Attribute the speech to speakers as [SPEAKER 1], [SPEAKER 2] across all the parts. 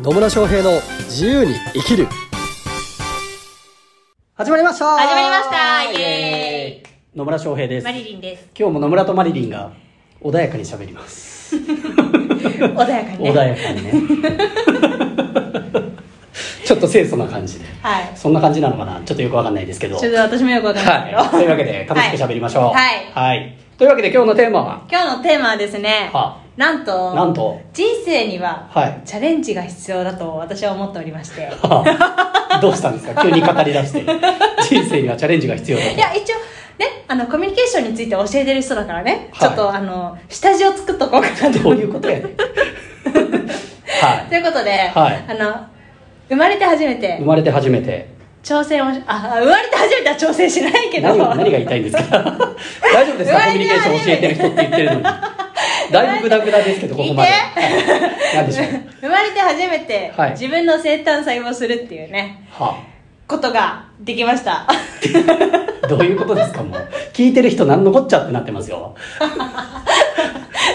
[SPEAKER 1] 野村翔平の自由に生きる始まりました
[SPEAKER 2] 始まりましたイエ
[SPEAKER 1] ーイ野村翔平です
[SPEAKER 2] マリリンです。
[SPEAKER 1] 今日も野村とマリリンが穏やかに喋ります
[SPEAKER 2] 穏やかにね。
[SPEAKER 1] 穏やかに ねちょっと清楚な感じで
[SPEAKER 2] はい。
[SPEAKER 1] そんな感じなのかなちょっとよくわかんないですけど
[SPEAKER 2] ちょっと私もよくわかんないけど。
[SPEAKER 1] はい、というわけで楽しく喋りましょう
[SPEAKER 2] はい
[SPEAKER 1] はい、というわけで今日のテーマは
[SPEAKER 2] 今日のテーマはですね、
[SPEAKER 1] は
[SPEAKER 2] なんと、
[SPEAKER 1] なん と
[SPEAKER 2] 人生には、
[SPEAKER 1] はい
[SPEAKER 2] チャレンジが必要だと私は思っておりまして。い
[SPEAKER 1] はあどうしたんですか急に語り出して人生にはチャレンジが必要だと
[SPEAKER 2] や、一応、ね、あの、コミュニケーションについて教えてる人だからね、
[SPEAKER 1] はい
[SPEAKER 2] ちょっとあの、下地を作っとこうかなと。
[SPEAKER 1] どういうことやねんは
[SPEAKER 2] ということで、
[SPEAKER 1] はい
[SPEAKER 2] あの、生まれて初め
[SPEAKER 1] い生
[SPEAKER 2] て
[SPEAKER 1] まれて初めて
[SPEAKER 2] 挑戦をし、あ、あ生まれて初めては挑戦しないけど、
[SPEAKER 1] 何が何が言いたいんです か大丈夫ですかコミュニケーション教えてる人って言ってるのにだいぶグダグダですけどここまではい何でしょう
[SPEAKER 2] 生まれて初めて、
[SPEAKER 1] はい
[SPEAKER 2] 自分の生誕祭をするっていうね、
[SPEAKER 1] は
[SPEAKER 2] ことができました。
[SPEAKER 1] あ どういうことですかもう聞いてる人何のこっちゃってなってますよ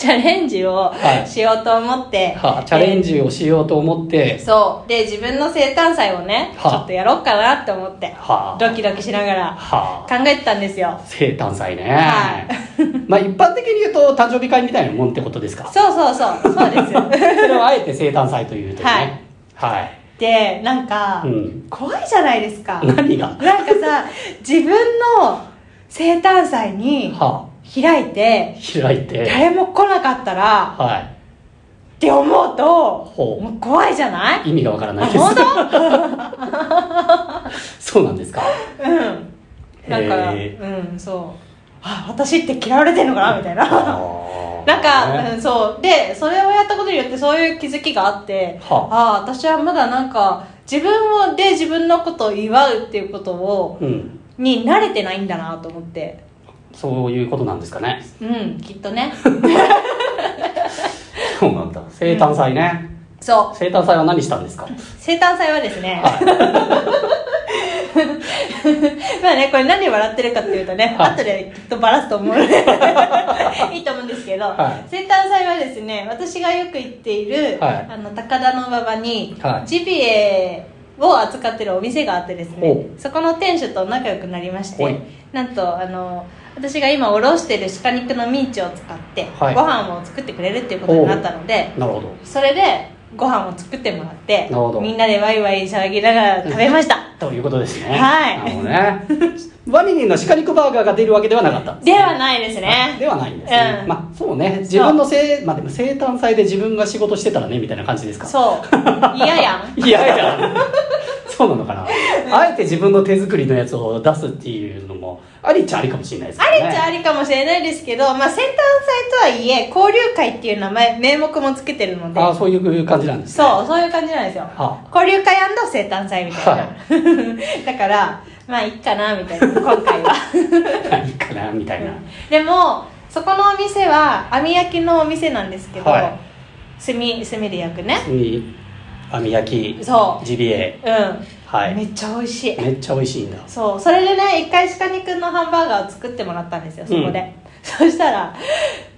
[SPEAKER 2] チャレンジを
[SPEAKER 1] はい
[SPEAKER 2] しようと思って、
[SPEAKER 1] はあチャレン
[SPEAKER 2] ジ
[SPEAKER 1] ジをしようと思って
[SPEAKER 2] そうで自分の生誕祭をね、
[SPEAKER 1] はあ
[SPEAKER 2] ちょっとやろうかなって思って、
[SPEAKER 1] はあ
[SPEAKER 2] ドキドキしながら
[SPEAKER 1] は
[SPEAKER 2] 考
[SPEAKER 1] あ
[SPEAKER 2] えてたんですよ
[SPEAKER 1] 生誕祭ね、
[SPEAKER 2] は
[SPEAKER 1] まあ一般的に言うと誕生日会みたいなもんってことですか
[SPEAKER 2] そうそうそうそうです
[SPEAKER 1] それをあえて生誕祭というとねはい、
[SPEAKER 2] でなんか、
[SPEAKER 1] うん
[SPEAKER 2] 怖いじゃないですかなんか
[SPEAKER 1] 何がは
[SPEAKER 2] さ自分の生誕祭に
[SPEAKER 1] あ
[SPEAKER 2] 開いて
[SPEAKER 1] 開いて
[SPEAKER 2] 誰も来なかったら
[SPEAKER 1] は
[SPEAKER 2] って思うと
[SPEAKER 1] ほう
[SPEAKER 2] もう怖いじゃない
[SPEAKER 1] い意味がわからない
[SPEAKER 2] あ
[SPEAKER 1] です
[SPEAKER 2] 本
[SPEAKER 1] そうなんですか
[SPEAKER 2] うんなんか、
[SPEAKER 1] へ
[SPEAKER 2] うんそうあ私って嫌われてんのかなみたいな
[SPEAKER 1] な
[SPEAKER 2] なんか、うん、そうでそれをやったことによってそういう気づきがあって、
[SPEAKER 1] は
[SPEAKER 2] ああ私はまだなんか自分をで自分のことを祝うっていうことを
[SPEAKER 1] うん
[SPEAKER 2] に慣れてないんだなと思って
[SPEAKER 1] そういうことなんですかね
[SPEAKER 2] うんきっとね
[SPEAKER 1] そうなんだ生誕祭ね、
[SPEAKER 2] そう
[SPEAKER 1] 生誕祭は何したんですか
[SPEAKER 2] 生誕祭はですね、
[SPEAKER 1] は
[SPEAKER 2] まあねこれ何で笑ってるかっていうとね、
[SPEAKER 1] はい
[SPEAKER 2] 後できっとバラすと思う のでいいと思うんですけど、
[SPEAKER 1] はい
[SPEAKER 2] 生誕祭はですね私がよく行っている、
[SPEAKER 1] はい
[SPEAKER 2] あの高田の馬場に、
[SPEAKER 1] はい
[SPEAKER 2] ジビエを扱ってるお店があってです
[SPEAKER 1] ほ
[SPEAKER 2] ねそこの店主と仲良くなりまし
[SPEAKER 1] ほい
[SPEAKER 2] てなんとあの私が今おろしてる鹿肉のミンチを使って、
[SPEAKER 1] はい
[SPEAKER 2] ご飯を作ってくれるっていうことになったので
[SPEAKER 1] いなるほど
[SPEAKER 2] それでご飯を作ってもらって
[SPEAKER 1] るほど
[SPEAKER 2] みんなでワイワイ騒ぎながら食べ ました
[SPEAKER 1] ということですね
[SPEAKER 2] はい
[SPEAKER 1] なるほどね ワニリンの鹿肉バーガーが出るわけではなかったんです
[SPEAKER 2] で
[SPEAKER 1] ね
[SPEAKER 2] はないですね
[SPEAKER 1] ではないんですね、
[SPEAKER 2] うん
[SPEAKER 1] まあそうね自分のせい、まあ、でも生誕祭で自分が仕事してたらねみたいな感じですか
[SPEAKER 2] そう嫌や ん
[SPEAKER 1] いやいやそうなのかなあえて自分の手作りのやつを出すっていうのもありっちゃありかもしれないですけ
[SPEAKER 2] あ
[SPEAKER 1] ど
[SPEAKER 2] り
[SPEAKER 1] ね
[SPEAKER 2] っちゃありかもしれないですけど、まあ、生誕祭とはいえ交流会っていう名前名目もつけてるので
[SPEAKER 1] あそういう感じなんですね
[SPEAKER 2] そうそういう感じなんですよ
[SPEAKER 1] は
[SPEAKER 2] 交流会生誕祭みたいな、
[SPEAKER 1] は
[SPEAKER 2] だからまあいいかなみたいな今回は
[SPEAKER 1] 何かなみたいな、
[SPEAKER 2] でもそこのお店は網焼きのお店なんですけど、
[SPEAKER 1] は
[SPEAKER 2] 炭炭で焼くね
[SPEAKER 1] に網焼き
[SPEAKER 2] そ
[SPEAKER 1] ジビエ
[SPEAKER 2] ううん、
[SPEAKER 1] はい
[SPEAKER 2] め
[SPEAKER 1] め
[SPEAKER 2] っちゃ美味しい
[SPEAKER 1] っちゃ美味しいんだ
[SPEAKER 2] そうそれでね一回鹿肉のハンバーガーを作ってもらったんですよそこ
[SPEAKER 1] う
[SPEAKER 2] で、
[SPEAKER 1] ん
[SPEAKER 2] そしたら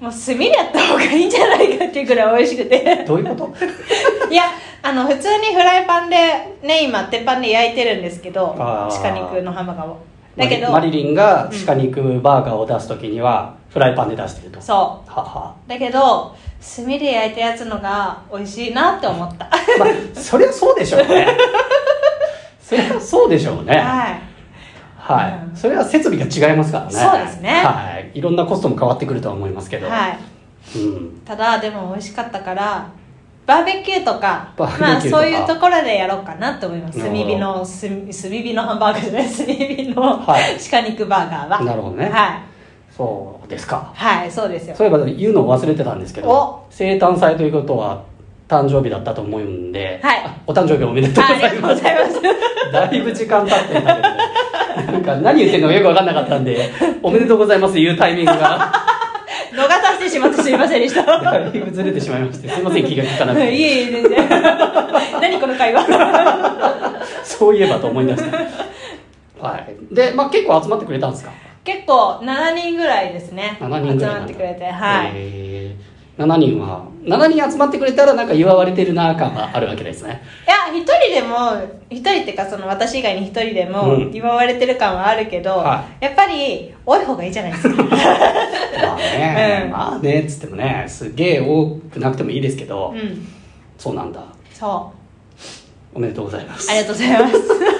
[SPEAKER 2] もう炭でやった方がいいんじゃないかっていうぐらい美味しくて
[SPEAKER 1] どういうこと
[SPEAKER 2] いやあの普通にフライパンでね今鉄板で焼いてるんですけど
[SPEAKER 1] あー
[SPEAKER 2] 鹿肉のハンバーガーをだけど
[SPEAKER 1] マリマリリンが鹿肉バーガーを出す時にはフライパンで出してるとは
[SPEAKER 2] そ
[SPEAKER 1] は
[SPEAKER 2] うだけど炭で焼いたやつのが美味しいなって思った
[SPEAKER 1] まあそりゃそうでしょうねそりゃそうでしょうね
[SPEAKER 2] はい
[SPEAKER 1] はい、
[SPEAKER 2] うん
[SPEAKER 1] それは設備が違いますからね
[SPEAKER 2] そうですね
[SPEAKER 1] はいいろんなコストも変わってくるとは思いますけど、
[SPEAKER 2] は
[SPEAKER 1] う
[SPEAKER 2] い
[SPEAKER 1] ん、
[SPEAKER 2] ただでも美味しかったからバーベキューとか
[SPEAKER 1] バーベキューとか
[SPEAKER 2] まあそういうところでやろうかなと思います
[SPEAKER 1] な
[SPEAKER 2] 炭
[SPEAKER 1] るほど
[SPEAKER 2] 火の炭炭火のハンバーガーじゃ ない炭火の、
[SPEAKER 1] はい
[SPEAKER 2] 鹿肉バーガーは
[SPEAKER 1] なるほどね
[SPEAKER 2] はい
[SPEAKER 1] そうですか
[SPEAKER 2] はいそうですよ
[SPEAKER 1] そういえば言うのを忘れてたんですけど
[SPEAKER 2] お
[SPEAKER 1] 生誕祭ということは誕生日だったと思うんで、
[SPEAKER 2] はい
[SPEAKER 1] あお誕生日おめでとう
[SPEAKER 2] あ
[SPEAKER 1] ご
[SPEAKER 2] あ
[SPEAKER 1] ざ
[SPEAKER 2] りがと
[SPEAKER 1] いうま
[SPEAKER 2] ご
[SPEAKER 1] す
[SPEAKER 2] ざいます
[SPEAKER 1] だいぶ時間経ってんだけどなんか何言ってんのかよく分かんなかったんで「おめでとうございます」言うタイミングが
[SPEAKER 2] 逃させてしまってすいませんでした
[SPEAKER 1] だいぶずれてしまいましてすいません気が利かなく
[SPEAKER 2] いえい
[SPEAKER 1] て
[SPEAKER 2] え全 然何この会話
[SPEAKER 1] そういえばと思い出した、はい、で、まあ、結構集まってくれたんですか
[SPEAKER 2] 結構7人ぐらいですね
[SPEAKER 1] 7人ぐらいなん
[SPEAKER 2] 集
[SPEAKER 1] だ
[SPEAKER 2] まってくれてはい
[SPEAKER 1] へー7人は7人集まってくれたらなんか祝われてるな感はあるわけです ね
[SPEAKER 2] や一人でも一人っていうかその私以外に一人でも
[SPEAKER 1] うん
[SPEAKER 2] 祝われてる感はあるけど、
[SPEAKER 1] は
[SPEAKER 2] やっぱり多い方がいいじゃないですか
[SPEAKER 1] まあね、
[SPEAKER 2] うん
[SPEAKER 1] まあねっつってもねすげえ多くなくてもいいですけど、
[SPEAKER 2] うん
[SPEAKER 1] そうなんだ
[SPEAKER 2] そ
[SPEAKER 1] おめでとうございます
[SPEAKER 2] うありがとうござい ます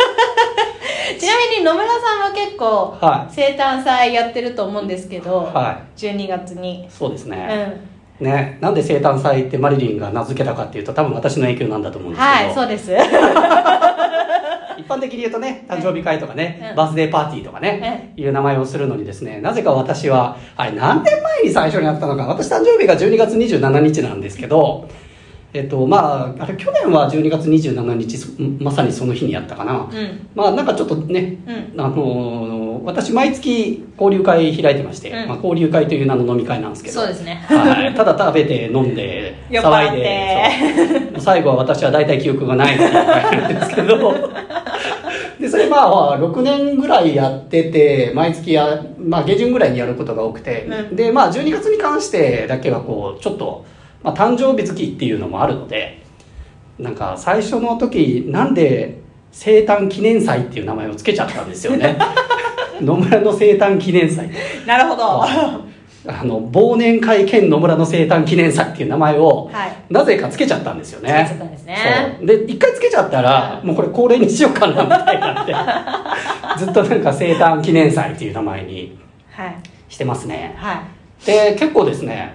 [SPEAKER 2] ちなみに野村さんは結構
[SPEAKER 1] は
[SPEAKER 2] 生誕祭やってると思うんですけど、
[SPEAKER 1] は
[SPEAKER 2] 12月に
[SPEAKER 1] そうです
[SPEAKER 2] う
[SPEAKER 1] ね、
[SPEAKER 2] ん
[SPEAKER 1] ねなんで生誕祭ってマリリンが名付けたかっていうと多分私の影響なんだと思うんですけど、
[SPEAKER 2] はいそうです
[SPEAKER 1] 一般的に言うとね誕生日会とかね、
[SPEAKER 2] うん
[SPEAKER 1] バースデーパーティーとかね、いう名前をするのにですねなぜか私はあれ何年前に最初にやったのか私誕生日が12月27日なんですけどえっとまああれ去年は12月27日そまさにその日にやったかな、
[SPEAKER 2] うん
[SPEAKER 1] まあなんかちょっとね
[SPEAKER 2] うん
[SPEAKER 1] あのー私毎月交流会開いてまして、
[SPEAKER 2] うん
[SPEAKER 1] まあ、交流会という名の飲み会なん ですけど
[SPEAKER 2] そうですね
[SPEAKER 1] はい、ただ食べて飲んで
[SPEAKER 2] 酔っ払
[SPEAKER 1] 騒い
[SPEAKER 2] って
[SPEAKER 1] でそう最後は私は大体記憶がないっていう感じなんですけどでそれまあ6年ぐらいやってて毎月や、まあ、下旬ぐらいにやることが多くて、
[SPEAKER 2] うん
[SPEAKER 1] でまあ12月に関してだけはこうちょっと、まあ、誕生日月っていうのもあるのでなんか最初の時なんで生誕記念祭っていう名前をつけちゃったんですよ ね野村の生誕記念祭
[SPEAKER 2] なるほどは
[SPEAKER 1] あの忘年会兼野村の生誕記念祭っていう名前を
[SPEAKER 2] い
[SPEAKER 1] なぜかつけちゃったんですよね。
[SPEAKER 2] つけちゃったんですね
[SPEAKER 1] そうで一回つけちゃったら、
[SPEAKER 2] う
[SPEAKER 1] もうこれ恒例にしようかなみたいにな ってずっとなんか生誕記念祭っていう名前に
[SPEAKER 2] はい
[SPEAKER 1] してますね。
[SPEAKER 2] はい
[SPEAKER 1] で結構ですね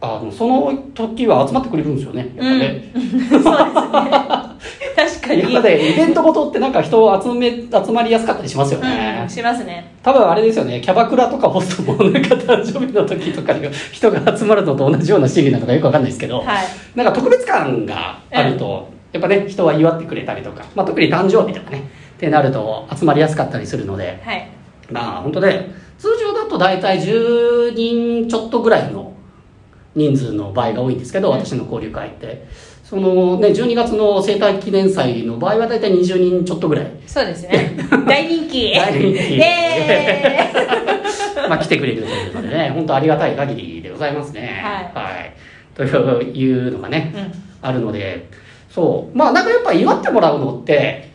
[SPEAKER 1] あのその時は集まってくれるんですよね。やっぱね
[SPEAKER 2] そうですね確かに
[SPEAKER 1] やっぱねイベントごとってなんか人を集め集まりやすかったりしますよね。
[SPEAKER 2] うんしますね
[SPEAKER 1] 多分あれですよねキャバクラとかホストもなんか誕生日の時とかに 人が集まるのと同じような心理なのかよくわかんないですけど、
[SPEAKER 2] はい
[SPEAKER 1] なんか特別感があると、やっぱね人は祝ってくれたりとか、まあ、特に誕生日とかねってなると集まりやすかったりするので
[SPEAKER 2] はい
[SPEAKER 1] まあ本当ね通常だと大体10人ちょっとぐらいの人数の場合が多いんですけど
[SPEAKER 2] うん
[SPEAKER 1] 私の交流会ってそのね12月の生誕記念祭の場合は大体20人ちょっとぐらい
[SPEAKER 2] そうです ね大人気
[SPEAKER 1] 大人気
[SPEAKER 2] イエーイ
[SPEAKER 1] まあ、来てくれるということでね、本当ありがたい限りでございますね。はい。というのがね、
[SPEAKER 2] うん
[SPEAKER 1] あるので、そう。まあ、なんかやっぱ祝ってもらうのって、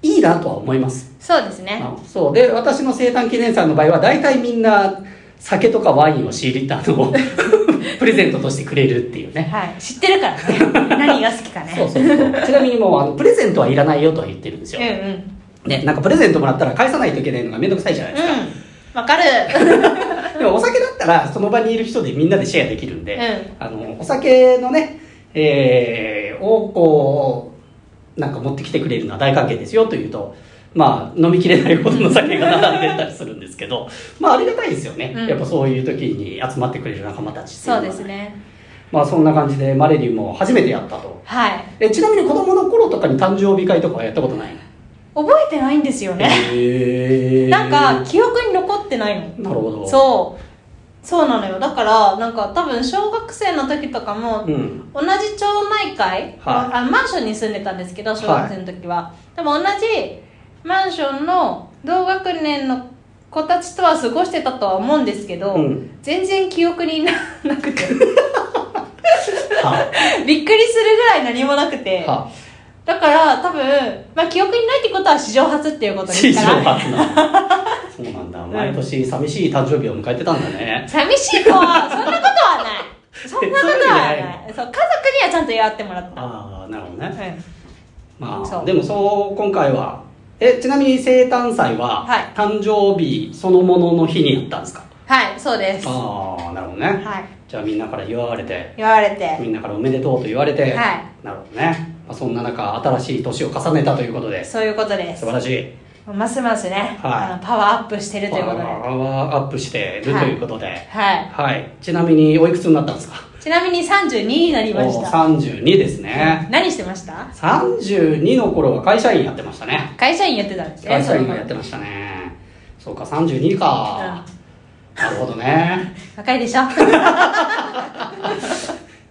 [SPEAKER 1] いいなとは思います。
[SPEAKER 2] そうですね
[SPEAKER 1] あそう。で、私の生誕記念祭の場合は、大体みんな、酒とかワインを仕入れたのを プレゼントとしてくれるっていうね。
[SPEAKER 2] はい知ってるから ね何が好きかね
[SPEAKER 1] そうそうそう。ちなみにもう、あの、プレゼントはいらないよとは言ってるんですよ
[SPEAKER 2] うん。うん
[SPEAKER 1] ね、なんかプレゼントもらったら返さないといけないのがめんどくさいじゃないですか。
[SPEAKER 2] うんわ かる
[SPEAKER 1] でもお酒だったらその場にいる人でみんなでシェアできるんで、
[SPEAKER 2] う
[SPEAKER 1] あのお酒のね、えーをこうなんか持ってきてくれるのは大歓迎ですよというとまあ飲みきれないほどの酒が並んでたりするんですけど まあありがたいですよね、
[SPEAKER 2] うん
[SPEAKER 1] やっぱそういう時に集まってくれる仲間たちっていのは
[SPEAKER 2] そうですね
[SPEAKER 1] まあそんな感じでマレリンも初めてやったと
[SPEAKER 2] はい
[SPEAKER 1] えちなみに子供の頃とかに誕生日会とかはやったことない
[SPEAKER 2] 覚えてないんですよね
[SPEAKER 1] へー
[SPEAKER 2] なんか記憶に残ってないの
[SPEAKER 1] なるほど
[SPEAKER 2] そうそうなのよだからなんか多分小学生の時とかも
[SPEAKER 1] うん
[SPEAKER 2] 同じ町内会、
[SPEAKER 1] はい
[SPEAKER 2] あマンションに住んでたんですけど小学生の時は、でも同じマンションの同学年の子たちとは過ごしてたとは思うんですけど、
[SPEAKER 1] うん
[SPEAKER 2] 全然記憶にななくて
[SPEAKER 1] は
[SPEAKER 2] びっくりするぐらい何もなくて
[SPEAKER 1] は
[SPEAKER 2] だから多分、まあ、記憶にないってことは史上初っていうことです
[SPEAKER 1] 史上
[SPEAKER 2] から
[SPEAKER 1] 初なのそうなんだ毎年寂しい誕生日を迎えてたんだね
[SPEAKER 2] 寂しい子はそん なことはないそんなことはないそう家族にはちゃんと祝ってもらった、
[SPEAKER 1] ああなるほどね、
[SPEAKER 2] うん
[SPEAKER 1] ま
[SPEAKER 2] そ
[SPEAKER 1] あ
[SPEAKER 2] う
[SPEAKER 1] でもそう今回はえちなみに生誕祭は、
[SPEAKER 2] はい
[SPEAKER 1] 誕生日そのものの日にやったんですか
[SPEAKER 2] はいそうですは
[SPEAKER 1] ああなるほどね
[SPEAKER 2] い
[SPEAKER 1] じゃあみんなから祝われて
[SPEAKER 2] 言われて
[SPEAKER 1] みんなからおめでとうと言われて、
[SPEAKER 2] はい
[SPEAKER 1] なるほどね、まあ、そんな中新しい年を重ねたということで素
[SPEAKER 2] そういうことです
[SPEAKER 1] 晴らしい
[SPEAKER 2] ますますね、
[SPEAKER 1] はい
[SPEAKER 2] あのパワーアップしてる
[SPEAKER 1] パ
[SPEAKER 2] ということで、
[SPEAKER 1] ワーアップしてるということで、はい
[SPEAKER 2] はい、
[SPEAKER 1] ちなみにおいくつになったんですか
[SPEAKER 2] ちなみに32になりまし
[SPEAKER 1] お
[SPEAKER 2] た
[SPEAKER 1] 32ですね、
[SPEAKER 2] 何してました
[SPEAKER 1] 32の頃は会社員やってましたね
[SPEAKER 2] 会社員やってたんですね
[SPEAKER 1] 会社員もや
[SPEAKER 2] そ
[SPEAKER 1] っ
[SPEAKER 2] の
[SPEAKER 1] てましたねそうか32か、なるほどね
[SPEAKER 2] 若いでしょ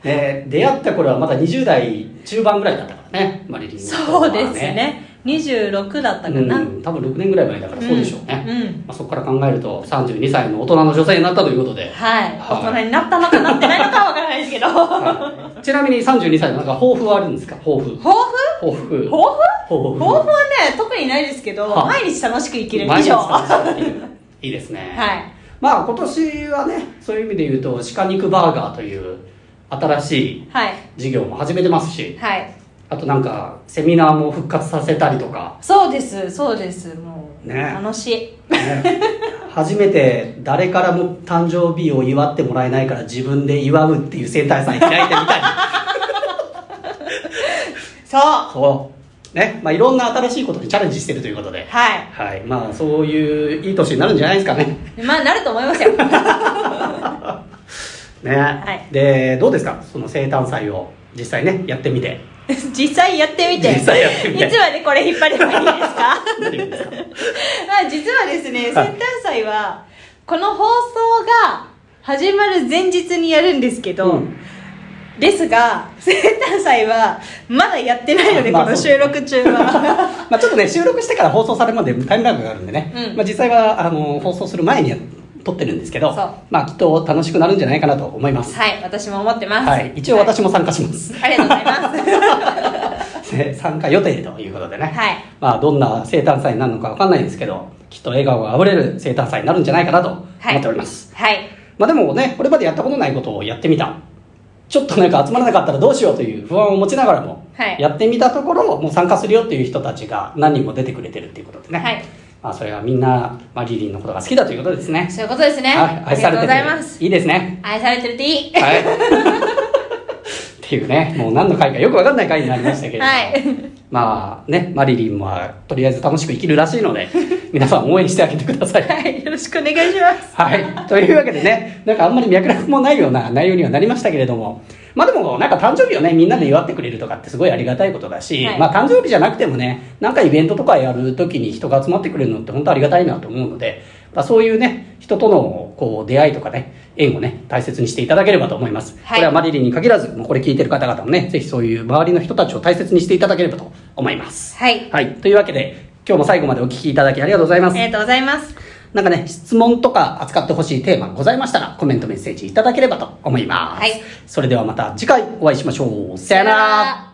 [SPEAKER 1] で出会った頃はまだ20代中盤ぐらいだったからねマリリンの頃
[SPEAKER 2] そ
[SPEAKER 1] は
[SPEAKER 2] うですね26だったか
[SPEAKER 1] う
[SPEAKER 2] な、
[SPEAKER 1] ん、多分6年ぐらい前だからそうでしょうね、
[SPEAKER 2] うんうん
[SPEAKER 1] まあ、そこから考えると32歳の大人の女性になったということで、
[SPEAKER 2] はい、
[SPEAKER 1] はい
[SPEAKER 2] 大人になったのかなってないのかはわからないですけど抱
[SPEAKER 1] はいちなみに32歳のなんか抱負はあるんですか抱負
[SPEAKER 2] 負
[SPEAKER 1] 抱負
[SPEAKER 2] 抱負
[SPEAKER 1] 抱負
[SPEAKER 2] 抱負はね特にないですけど、
[SPEAKER 1] はい
[SPEAKER 2] 毎日楽しく生きる以
[SPEAKER 1] 毎日
[SPEAKER 2] 上
[SPEAKER 1] 楽
[SPEAKER 2] は
[SPEAKER 1] しみにしてるいいですね、
[SPEAKER 2] い
[SPEAKER 1] まあ今年はねそういう意味で言うと鹿肉バーガーという新しい
[SPEAKER 2] はい
[SPEAKER 1] 事業も始めてますし
[SPEAKER 2] はい
[SPEAKER 1] あとなんかセミナーも復活させたりとか、
[SPEAKER 2] そうですそうですもう、
[SPEAKER 1] ね
[SPEAKER 2] 楽しい
[SPEAKER 1] ね初めて誰からも誕生日を祝ってもらえないから自分で祝うっていう生態祭開いてみたり
[SPEAKER 2] そうは
[SPEAKER 1] そうねまあいろんな新しいことにチャレンジしてるということで
[SPEAKER 2] い
[SPEAKER 1] はいまあそういういい年になるんじゃないですかね
[SPEAKER 2] まあなると思います よ
[SPEAKER 1] ね、
[SPEAKER 2] はい
[SPEAKER 1] でどうですかその生誕祭を実際ねやってみて
[SPEAKER 2] 実際やってみて
[SPEAKER 1] 実際やってみて
[SPEAKER 2] いつまでこれ引っ張ればいいですか
[SPEAKER 1] 何て言うんですか
[SPEAKER 2] まあ実はですね
[SPEAKER 1] は
[SPEAKER 2] セ
[SPEAKER 1] い
[SPEAKER 2] ンター祭はこの放送が始まる前日にやるんですけど、
[SPEAKER 1] うん
[SPEAKER 2] ですがセンター祭はまだやってないので、
[SPEAKER 1] まあ
[SPEAKER 2] この収録中は
[SPEAKER 1] まあ、ちょっとね収録してから放送されるまでタイムラグがあるんでね、
[SPEAKER 2] うん
[SPEAKER 1] まあ、実際はあの放送する前に撮ってるんですけど
[SPEAKER 2] そう
[SPEAKER 1] まあ、きっと楽しくなるんじゃないかなと思います、
[SPEAKER 2] はい私も思ってます、
[SPEAKER 1] はい、一応私も参加します、
[SPEAKER 2] はい、ありがとうございます
[SPEAKER 1] で参加予定ということでね、
[SPEAKER 2] はい
[SPEAKER 1] まあ、どんな生誕祭になるのかわかんないですけどきっと笑顔があふれる生誕祭になるんじゃないかなと思っております、
[SPEAKER 2] はい
[SPEAKER 1] まあ、でもねこれまでやったことないことをやってみたちょっとなんか集まらなかったらどうしようという不安を持ちながらも、
[SPEAKER 2] はい
[SPEAKER 1] やってみたところもう参加するよっていう人たちが何人も出てくれてるっていうことでね、
[SPEAKER 2] はい
[SPEAKER 1] まあ、それはみんな、まあ、リリーのことが好きだということですね。
[SPEAKER 2] そういうことですね、
[SPEAKER 1] はい、
[SPEAKER 2] あ
[SPEAKER 1] 愛
[SPEAKER 2] り
[SPEAKER 1] され
[SPEAKER 2] がとう
[SPEAKER 1] て
[SPEAKER 2] ご
[SPEAKER 1] る
[SPEAKER 2] ざいます
[SPEAKER 1] いいですね。
[SPEAKER 2] 愛されてるっていい
[SPEAKER 1] はい。っていうね、もう何の回かよくわかんない回になりましたけれども、
[SPEAKER 2] はい
[SPEAKER 1] まあね、マリリンはとりあえず楽しく生きるらしいので、皆さん応援してあげてください。
[SPEAKER 2] はいよろしくお願いします
[SPEAKER 1] はい。というわけでね、なんかあんまり脈絡もないような内容にはなりましたけれども、まあでもなんか誕生日をね、みんなで祝ってくれるとかってすごいありがたいことだし、
[SPEAKER 2] はい
[SPEAKER 1] まあ誕生日じゃなくてもね、なんかイベントとかやるときに人が集まってくれるのって本当ありがたいなと思うので、まあそういうね、人とのこう出会いとかね、縁をね、大切にしていただければと思います。
[SPEAKER 2] はい
[SPEAKER 1] これはマリリンに限らず、もうこれ聞いてる方々もね、ぜひそういう周りの人たちを大切にしていただければと思います。
[SPEAKER 2] はい
[SPEAKER 1] はい。というわけで、今日も最後までお聞きいただきありがとうございま
[SPEAKER 2] あ
[SPEAKER 1] す
[SPEAKER 2] り。がとうございます
[SPEAKER 1] なんかね、質問とか扱ってほしいテーマございましたら、コメントメッセージいただければと思います。
[SPEAKER 2] はい
[SPEAKER 1] それではまた次回お会いしましょう。さよなら。